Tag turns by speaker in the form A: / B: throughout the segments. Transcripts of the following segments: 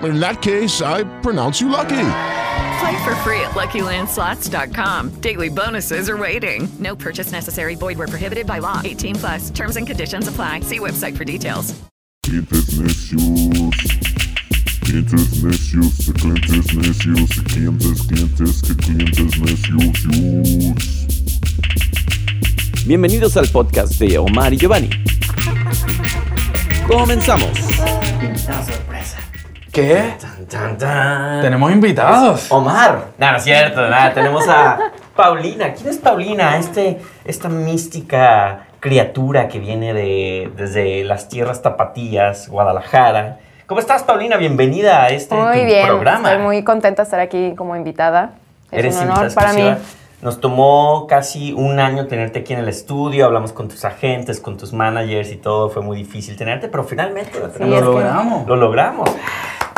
A: In that case, I pronounce you lucky.
B: Play for free at LuckyLandSlots.com. Daily bonuses are waiting. No purchase necessary. Void were prohibited by law. 18 plus. Terms and conditions apply. See website for details.
C: Clientes necios, clientes necios, clientes necios, clientes, clientes, que clientes necios. yous.
D: Bienvenidos al podcast de Omar y Giovanni. Comenzamos.
E: ¿Qué? Tenemos invitados.
D: Omar. No, no es cierto. nada, tenemos a Paulina. ¿Quién es Paulina? Este, esta mística criatura que viene de, desde las tierras tapatías, Guadalajara. ¿Cómo estás, Paulina? Bienvenida a este
F: Muy
D: tu
F: bien,
D: programa.
F: estoy muy contenta de estar aquí como invitada. Es
D: Eres
F: un
D: invitada
F: honor para mí.
D: exclusiva. Nos tomó casi un año tenerte aquí en el estudio, hablamos con tus agentes, con tus managers y todo, fue muy difícil tenerte, pero finalmente lo,
F: es
D: tenemos.
F: que-
D: lo logramos. Lo logramos.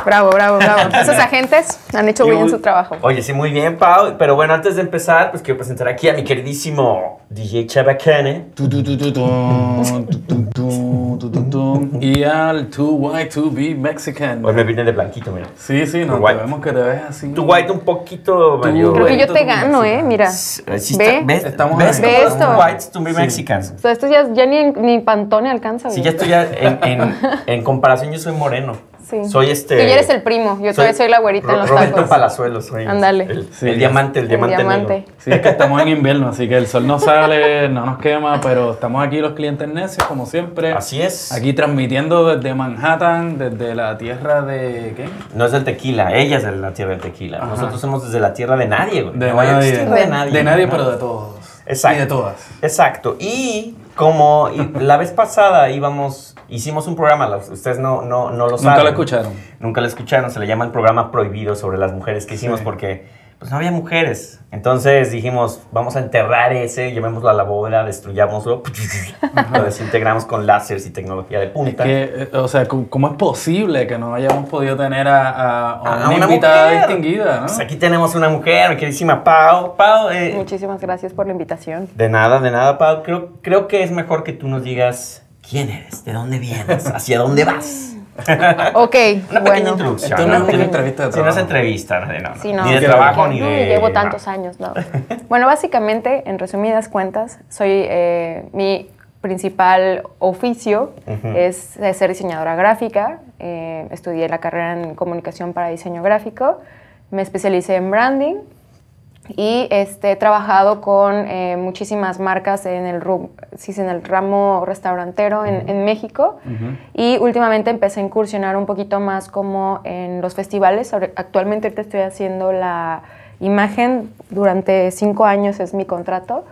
F: Bravo, bravo, bravo. Esos agentes han hecho muy bien su trabajo.
D: Oye, sí, muy bien, Pau. Pero bueno, antes de empezar, pues quiero presentar aquí a mi queridísimo DJ Chabacane.
E: Tu, tu, tu, tu, tu, tu, tu, tu, tu, tu. Y al 2Y2B Mexican.
D: Hoy me vine de blanquito, mira.
E: Sí, sí, no,
D: Tu white.
E: te vemos que te ves así.
D: Tu white un poquito medio-
F: Creo que yo
E: Esto
F: te
E: es muy
F: gano, ¿eh? Mira.
D: pues. Sí
F: Ve.
D: está- ¿Ves?
E: Estamos
D: ¿Ves
E: ahí.
D: cómo
F: Ve
D: los
F: esto.
D: whites to be Mexicans?
F: O sea, esto ya, ya ni, ni Pantone alcanza.
D: Sí, ya
F: güey.
D: estoy ya en, en- en comparación, yo soy moreno.
F: Sí.
D: Soy este.
F: Tú ya eres el primo, yo todavía soy la güerita en los
D: Roberto
F: tacos.
D: Palazuelos, soy.
F: Ándale.
D: El,
E: Sí,
D: el
E: ya.
D: diamante, el
F: El
D: diamante,
F: diamante.
D: negro.
E: Sí, es que estamos en invierno, así que el sol no sale, no nos quema, pero estamos aquí los clientes necios, como siempre.
D: Así es.
E: Aquí transmitiendo desde Manhattan, desde la tierra de. ¿Qué?
D: No es del tequila, ella es de la tierra del tequila. Nosotros somos desde la tierra de nadie, güey. Nueva York es tierra de nadie.
E: De nadie,
D: ¿no?
E: pero de todos.
D: Exacto.
E: Y de todas.
D: Exacto. Y como y- la vez pasada íbamos, hicimos un programa, la- ustedes no, no, no lo saben.
E: Nunca lo escucharon.
D: Nunca lo escucharon, se le llama el programa prohibido sobre las mujeres que hicimos
E: Sí.
D: porque pues no había mujeres. Entonces dijimos, vamos a enterrar ese, llevémoslo a la bóveda, destruyámoslo, lo desintegramos con láseres y tecnología de punta.
E: Que, eh, o sea, cu- ¿cómo es posible que no hayamos podido tener a, a- a
D: A
E: una,
D: una
E: invitada
D: mujer.
E: distinguida? ¿no?
D: Pues aquí tenemos una mujer, mi queridísima Pau. Pau, eh,
F: Muchísimas gracias por la invitación.
D: De nada, de nada, Pau. Creo, creo que es mejor que tú nos digas quién eres, de dónde vienes, hacia dónde vas.
F: Ok,
D: Una pequeña
F: bueno.
D: introducción.
E: Esto no es
F: una
D: Tiene-
E: entrevista de
D: Sí, no es
E: trabajo.
D: entrevista, no, no, no.
F: Sí, no,
D: ni de
F: sí,
D: trabajo
F: porque,
D: ni
F: no,
E: Eh,
D: de.
F: Llevo tantos años, no. Bueno, básicamente, en resumidas cuentas, soy eh, mi principal oficio es de ser diseñadora gráfica. Eh, estudié la carrera en comunicación para diseño gráfico. Me especialicé en branding y este, he trabajado con eh, muchísimas marcas en el, ru- sí, en el ramo restaurantero en, en México y últimamente empecé a incursionar un poquito más como en los festivales. Ahora- Actualmente ahorita estoy haciendo la imagen, durante cinco años es mi contrato,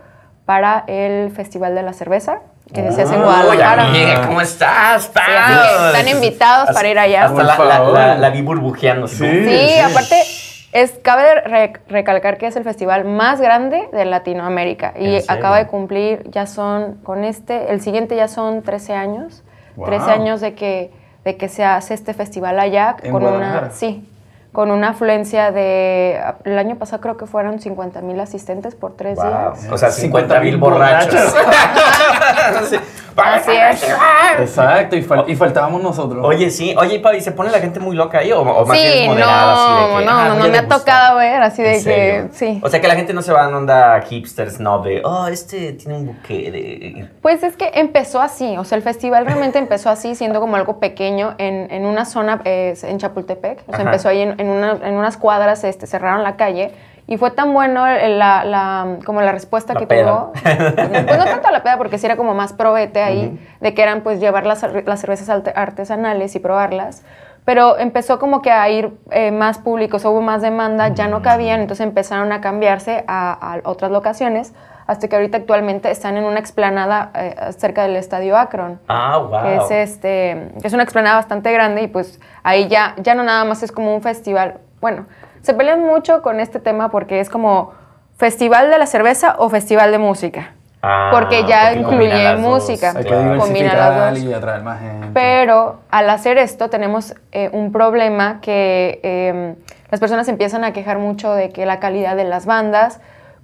F: para el Festival de la Cerveza que se hace en Guadalajara.
D: Hola, amiga, ¿cómo estás, Pau?
F: Sí, así es. Están invitados
D: Hasta-
F: para ir allá.
D: Hasta
E: Por
D: la, la,
E: favor.
D: la- la vi burbujeando. así como-
F: Sí, aparte, es, cabe re- recalcar que es el festival más grande de Latinoamérica y
D: ¿En serio?
F: acaba de cumplir, ya son, con este, el siguiente ya son 13 años, 13
E: Wow.
F: años de que, de que se hace este festival allá
E: ¿En
F: con una,
E: Guadalajara?
F: sí, con una afluencia de, el año pasado creo que fueron 50 mil asistentes por tres
D: Wow.
F: días.
D: O sea, 50 mil borrachos. Sí.
F: Así es.
E: Exacto, y, fal- y faltábamos nosotros.
D: Oye, sí. Oye, Pau, ¿y se pone la gente muy loca ahí? ¿O, o más
F: Sí,
D: bien
F: no,
D: moderada? así de
F: no,
D: que, ah,
F: no, no,
D: ya
F: me
D: le
F: ha
D: gusta?
F: tocado ver así de
D: ¿En
F: que,
D: serio?
F: sí.
D: O sea, que la gente no se va en onda hipster snob de, oh, este tiene un buque de...
F: Pues es que empezó así, o sea, el festival realmente empezó así, siendo como algo pequeño en, en una zona eh, en Chapultepec, o sea,
D: Ajá.
F: empezó ahí en, en una- en unas cuadras, este, cerraron la calle Y fue tan bueno el- la, la- como la respuesta
D: La
F: que
D: peda.
F: tuvo. Pues no tanto la peda, porque sí era como más probete ahí, de que eran pues llevar las, las cervezas arte- artesanales y probarlas. Pero empezó como que a ir eh, más públicos, hubo más demanda, ya no cabían, entonces empezaron a cambiarse a, a otras locaciones, hasta que ahorita actualmente están en una explanada eh, cerca del Estadio Akron
D: Ah, wow.
F: que es este es una explanada bastante grande y pues ahí ya ya no nada más es como un festival bueno se pelean mucho con este tema porque es como festival de la cerveza o festival de música
D: Ah,
F: porque ya
D: combina
F: incluye
D: las dos,
F: música.
E: Hay que
D: claro.
F: Combina las
E: diversificar
F: dos.
E: y atraer más gente.
F: pero al hacer esto tenemos eh, un problema que eh, las personas empiezan a quejar mucho de que la calidad de las bandas,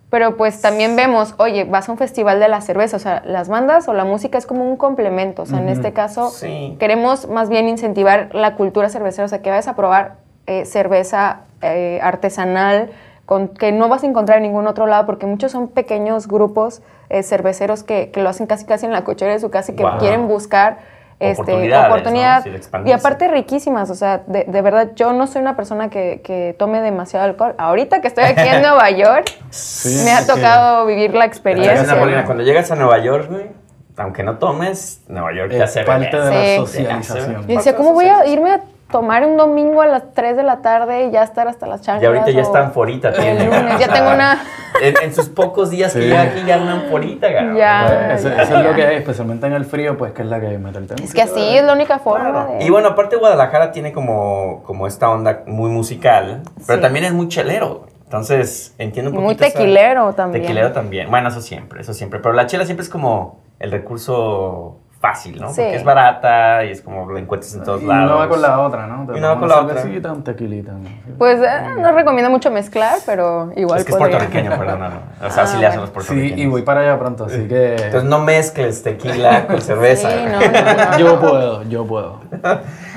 F: pero pues también vemos, oye, vas a un festival de la cerveza, o sea, las bandas o la música es como un complemento, o sea, en este caso
D: Sí.
F: queremos más bien incentivar la cultura cervecera, o sea, que vayas a probar eh, cerveza eh, artesanal. con- que no vas a encontrar en ningún otro lado, porque muchos son pequeños grupos eh, cerveceros que, que lo hacen casi casi en la cochera de su casa y que
D: Wow.
F: quieren buscar este,
D: Oportunidades, ¿no?
F: oportunidad.
D: Sí, de expandirse.
F: y aparte riquísimas, o sea, de, de verdad, yo no soy una persona que, que tome demasiado alcohol. Ahorita que estoy aquí en Nueva York,
E: Sí,
F: me ha
E: porque-
F: tocado vivir la
D: Te voy a decir una
F: experiencia.
D: Paulina, Cuando llegas a Nueva York, güey, aunque no tomes, Nueva York te
E: Es
D: hace
E: Eh, parte de
D: beber.
E: la
F: Sí.
E: socialización.
F: Yo decía, ¿cómo voy a irme a tomar un domingo a las 3 de la tarde y ya estar hasta las chanclas?
D: Y ahorita ya
F: o-
D: está anforita. tiene,
F: lunes,
D: güey,
F: ya
D: o sea,
F: tengo una-
D: En, en sus pocos días que
E: Sí.
D: lleva aquí ya una anforita, güey.
F: Ya.
E: Pues, eso,
F: ya,
E: eso
F: ya.
E: es lo que hay, especialmente en el frío, pues que es la que mete el tema.
F: Es que así es la única forma
D: Claro.
F: de...
D: Y bueno, aparte Guadalajara tiene como, como esta onda muy musical, pero
F: Sí.
D: también es muy chelero. Entonces, entiendo un
F: Y
D: poquito.
F: muy
D: esa-
F: tequilero también.
D: Tequilero también. Bueno, eso siempre, eso siempre. Pero la chela siempre es como el recurso fácil, ¿no?
F: Sí.
D: Porque es barata y es como lo encuentras en todos
E: Y
D: lados.
E: no va con la otra, ¿no?
D: Y no va con la
E: Una
D: otra.
E: cervecita, un tequilita. ¿no?
F: Pues eh, no recomiendo mucho mezclar, pero igual
D: Es que es
F: podría.
D: puertorriqueño, perdónalo. O
F: Ah,
D: sea, así le hacen los
E: Sí,
D: puertorriqueños.
E: y voy para allá pronto, así que...
D: Entonces no mezcles tequila con cerveza.
F: Sí, no, no, no.
E: Yo puedo, yo puedo.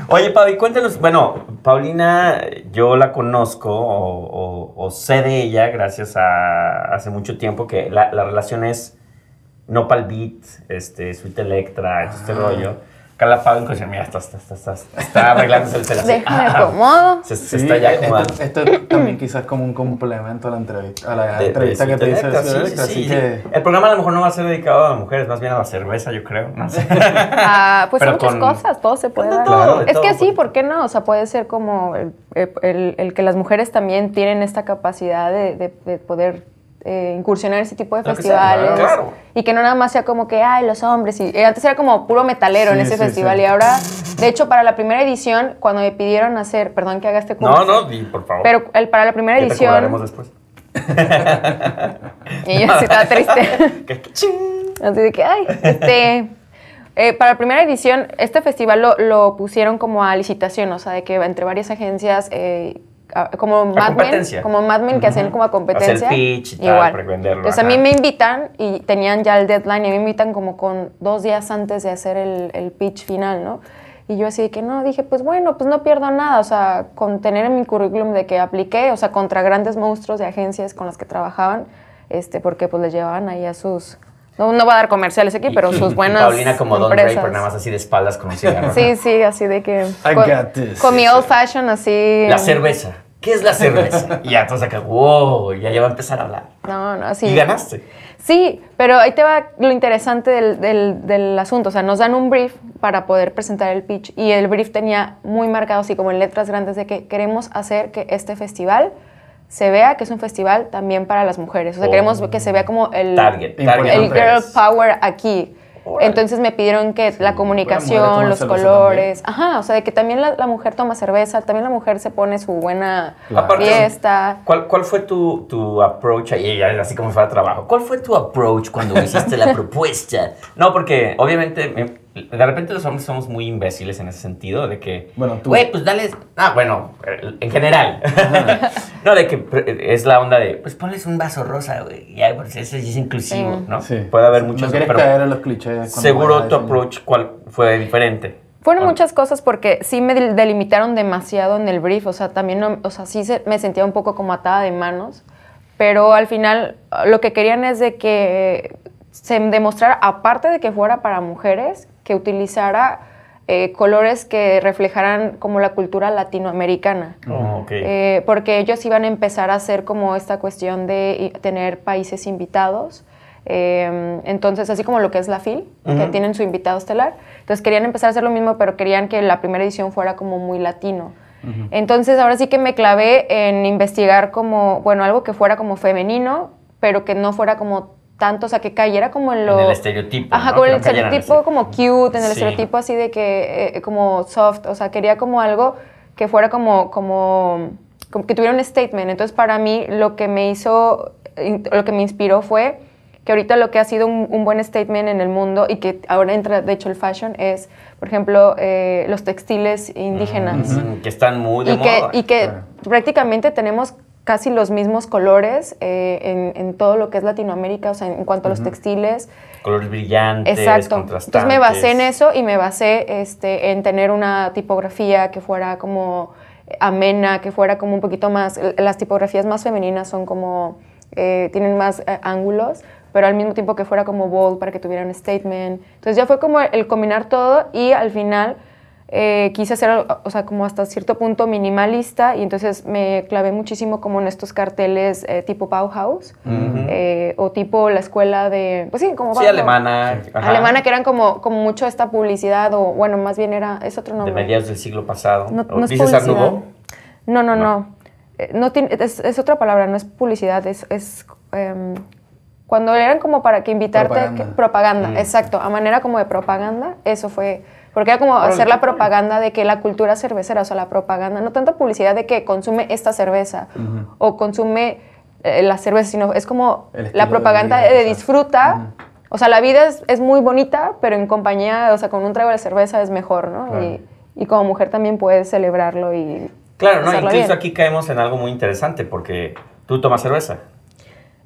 D: Oye, Pavi, cuéntanos. Bueno, Paulina, yo la conozco o, o- o sé de ella gracias a hace mucho tiempo que la, la relación es Nopal Beat, este, Sweet Electra, todo
E: Ah.
D: este rollo. Carla Pavi, pues, mira, está, está, está, está, está arreglándose el pelo. así.
F: Déjame acomodo.
D: Se, se
E: Sí,
D: está ya
E: eh,
D: acomodando.
E: esto, esto también quizás como un complemento a la entrevista, a la
D: De- de
E: entrevista que te
D: Sweet
E: hice de
D: Electra, sí,
E: Ciudad
D: sí,
E: Electra,
D: sí,
E: así
D: sí.
E: que...
D: El programa a lo mejor no va a ser dedicado a mujeres, más bien a la cerveza, yo creo. No sé.
F: Ah, pues
D: Pero
F: hay muchas
D: con-
F: cosas, todo se puede
D: de
F: dar.
D: todo, de
F: es que
D: todo,
F: sí,
D: pues.
F: ¿por qué no? O sea, puede ser como el, el- el que las mujeres también tienen esta capacidad de, de- de poder eh, incursionar en ese tipo de
D: Lo que sea,
F: festivales.
D: claro.
F: Y que no nada más sea como que, ay, los hombres. Y, eh, antes era como puro metalero en
E: Sí,
F: ese
E: sí,
F: festival.
E: sí.
F: Y ahora, de hecho, para la primera edición, cuando me pidieron hacer, perdón que haga este
D: No,
F: curso.
D: no, di, por favor.
F: Pero el, para la primera
D: que te cobraremos
F: edición.
D: después.
F: Y yo sí estaba triste.
D: Que- que ching.
F: Así de que, ay, este... eh, para la primera edición, este festival lo, lo pusieron como a licitación, o sea, de que entre varias agencias, eh, a- como Mad Men,
D: competencia.
F: como Mad Men que hacen como a competencia.
D: Hacer pitch y tal, para venderlo,
F: Entonces a mí
D: ajá.
F: me invitan y tenían ya el deadline, y a mí me invitan como con dos días antes de hacer el, el pitch final, ¿no? Y yo así de que no, dije, pues bueno, pues no pierdo nada, o sea, con tener en mi currículum de que apliqué, o sea, contra grandes monstruos de agencias con las que trabajaban, este, porque pues les llevaban ahí a sus... No, no voy a dar comerciales aquí, pero sus buenas
D: Paulina como
F: empresas.
D: Don Draper, nada más así de espaldas con un cigarro.
F: Sí, sí, así de que...
E: I
F: con,
E: got this.
F: con mi old fashion así...
D: La cerveza. ¿Qué es la cerveza? y ya entonces acá, wow, ya, ya va a empezar a hablar.
F: No, no, sí.
D: Y ganaste.
F: Sí, pero ahí te va lo interesante del, del- del asunto. O sea, nos dan un brief para poder presentar el pitch y el brief tenía muy marcado, así como en letras grandes, de que queremos hacer que este festival se vea que es un festival también para las mujeres. O sea,
D: Oh.
F: queremos que se vea como el,
D: Target, target.
E: Importante.
F: el girl
D: mujeres.
F: power aquí.
D: Órale.
F: Entonces me pidieron que la
E: mujer
F: comunicación,
E: toma
F: los
E: cerveza
F: colores, ajá, o sea, de que también la, la mujer toma cerveza, también la mujer se pone su buena
E: Claro.
D: Aparte-
F: fiesta.
D: ¿Cuál, cuál fue tu, tu approach ahí, ya así como fue a trabajo? ¿Cuál fue tu approach cuando hiciste la propuesta? No, porque obviamente me- de repente los hombres somos muy imbéciles en ese sentido de que,
E: Bueno, tú.
D: güey, pues dale, ah, bueno, eh, en general. no, de que pre- es la onda de, pues ponles un vaso rosa, güey, ya, pues eso es inclusivo,
F: Sí.
D: ¿no?
E: Sí.
D: Puede haber muchos,
E: No quieres
D: pero
E: caer en los clichés. cuando
D: seguro
E: vayas a
D: tu
E: diseñar.
D: approach cuál fue diferente.
F: Fueron
D: Bueno.
F: muchas cosas porque sí me del- delimitaron demasiado en el brief, o sea, también, no- o sea, sí se- me sentía un poco como atada de manos, pero al final ah, lo que querían es de que se demostrara, aparte de que fuera para mujeres, que utilizara eh, colores que reflejaran como la cultura latinoamericana.
D: Oh, ok.
F: Eh, porque ellos iban a empezar a hacer como esta cuestión de i- tener países invitados. Eh, entonces, así como lo que es la FIL, que
D: Ujú.
F: tienen su invitado estelar. Entonces querían empezar a hacer lo mismo, pero querían que la primera edición fuera como muy latino. Entonces ahora sí que me clavé en investigar como, bueno, algo que fuera como femenino, pero que no fuera como tanto, o sea, que cayera como en lo...
D: En el estereotipo,
F: Ajá,
D: ¿no?
F: como
D: Que
F: el
D: no cayeran
F: estereotipo
D: así.
F: como cute, en el
D: Sí.
F: estereotipo así de que, eh, como soft, o sea, quería como algo que fuera como, como, como que tuviera un statement. Entonces para mí lo que me hizo, in- lo que me inspiró fue que ahorita lo que ha sido un, un buen statement en el mundo y que ahora entra, de hecho, el fashion es, por ejemplo, eh, los textiles indígenas
D: Mm, que están muy de
F: y que,
D: moda.
F: y que prácticamente tenemos casi los mismos colores eh, en, en todo lo que es Latinoamérica, o sea, en cuanto a los textiles.
D: Colores brillantes,
F: Exacto.
D: contrastantes.
F: Entonces me basé en eso y me basé este, en tener una tipografía que fuera como amena, que fuera como un poquito más... Las tipografías más femeninas son como... eh, tienen más eh, ángulos, pero al mismo tiempo que fuera como bold para que tuviera un statement. Entonces ya fue como el combinar todo y al final eh, quise hacer, o sea, como hasta cierto punto minimalista y entonces me clavé muchísimo como en estos carteles eh, tipo Bauhaus eh, o tipo la escuela de, pues sí, como
D: Sí,
F: Bauhaus.
D: alemana. ajá,
F: Alemana, que eran como, como mucho esta publicidad, o bueno, más bien era, es otro
D: De
F: nombre.
D: mediados del siglo pasado.
F: No- no es
D: ¿Dices Art
F: publicidad.
D: Nouveau?
F: No, no, no. Eh, no tiene- es, es otra palabra, no es publicidad, es, es, em, cuando eran como para que invitarte.
E: Propaganda. Mm.
F: que- propaganda, exacto. A manera como de propaganda, eso fue. Porque era como hacer la propaganda de que la cultura cervecera, o sea, la propaganda, no tanta publicidad de que consume esta cerveza o consume eh, la cerveza, sino es como
E: El estilo
F: la
E: de
F: propaganda
E: vida,
F: de,
E: o sea.
F: disfruta. O sea, la vida es, es muy bonita, pero en compañía, o sea, con un trago de cerveza es mejor, ¿no?
E: Claro.
F: Y, y como mujer también puedes celebrarlo y...
D: Claro, no,
F: pasarla
D: incluso
F: bien.
D: aquí caemos en algo muy interesante porque tú tomas cerveza.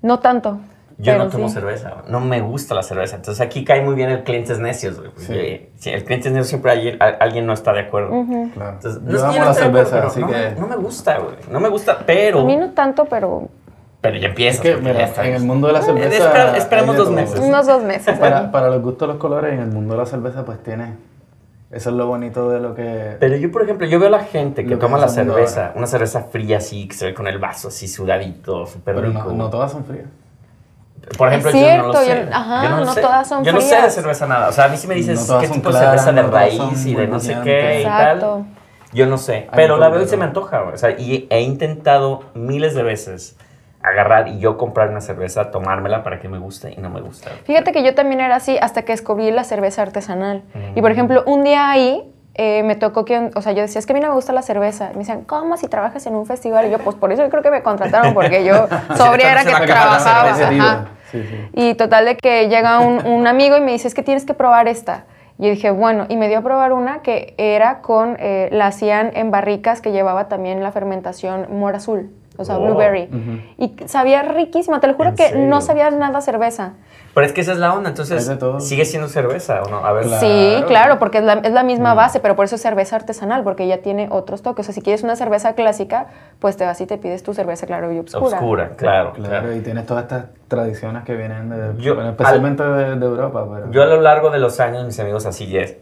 F: No tanto.
D: Yo
F: pero
D: no tomo
F: sí.
D: cerveza, no me gusta la cerveza. Entonces aquí cae muy bien el clientes necios. güey. Eh, sí, el clientes necios siempre alguien, a- alguien no está de acuerdo.
E: Claro.
D: Entonces,
E: Yo
D: es que
E: amo
D: no
E: la
D: esté de acuerdo,
E: cerveza,
D: pero
E: así
D: no,
E: que.
D: me- No me gusta, güey. No me gusta, pero.
F: A mí no tanto, pero
D: Pero ya empiezas.
E: Es que,
D: porque ya
E: mira,
D: está.
E: en el mundo de la
D: Eh,
E: cerveza.
D: espera- esperemos
E: hay de
D: dos
E: todo.
D: meses.
F: Mm. unos dos meses.
E: Para, para los gustos, los colores, en el mundo de la cerveza, pues tiene. Eso es lo bonito de lo que.
D: Pero yo, por ejemplo, yo veo a la gente que
E: Lo que
D: toma la
E: estamos viendo
D: cerveza,
E: ahora.
D: una cerveza fría así, que se ve con el vaso así sudadito, súper
E: Pero
D: rico.
E: no, no todas son frías.
D: Por ejemplo,
F: Es
D: yo no lo
F: cierto,
D: sé.
F: yo- ajá,
D: lo
F: no
D: sé.
F: todas son
D: Yo no sé de
F: frías.
D: cerveza nada. O sea, a mí si me dices
E: No todas
D: qué
E: son
D: tipo de
E: claras,
D: cerveza de
E: no todas
D: raíz
E: son
D: y de no sé qué y
F: Exacto.
D: tal. Yo no sé.
E: Hay
D: Pero
E: un
D: la
E: poco
D: vez
E: de
D: se me
E: todo.
D: antoja. O sea, y he intentado miles de veces agarrar y yo comprar una cerveza, tomármela para que me guste y no me gusta.
F: Fíjate que yo también era así hasta que descubrí la cerveza artesanal. Y
D: Mm.
F: por ejemplo, un día ahí eh, me tocó que, un- o sea, yo decía, es que a mí no me gusta la cerveza. Y me decían, ¿cómo si trabajas en un festival? Y yo, pues por eso yo creo que me contrataron, porque yo sobria era
D: Se
F: que
D: la acabaron,
F: trabajaba.
D: se la
F: ajá.
E: Sí, sí.
F: Y total de que llega un, un amigo y me dice, es que tienes que probar esta. Y yo dije, bueno, y me dio a probar una que era con, eh, la hacían en barricas que llevaba también la fermentación mora azul, o sea,
D: Oh.
F: blueberry. Y sabía riquísima, te lo juro
D: ¿En
F: que
D: serio?
F: no sabía nada a cerveza.
D: Pero es que esa es la onda.
E: Hay
D: Entonces,
E: de todo.
D: ¿sigue siendo cerveza o no? A ver.
F: Sí, claro, porque es la, es la misma base, pero por eso es cerveza artesanal, porque ya tiene otros toques. O sea, si quieres una cerveza clásica, pues te vas y te pides tu cerveza claro y obscura.
D: Oscura, claro, claro.
E: Claro, y tienes todas estas tradiciones que vienen de.
D: Yo-
E: bueno, especialmente de, de Europa. Pero,
D: Yo a lo largo de los años, mis amigos, así es.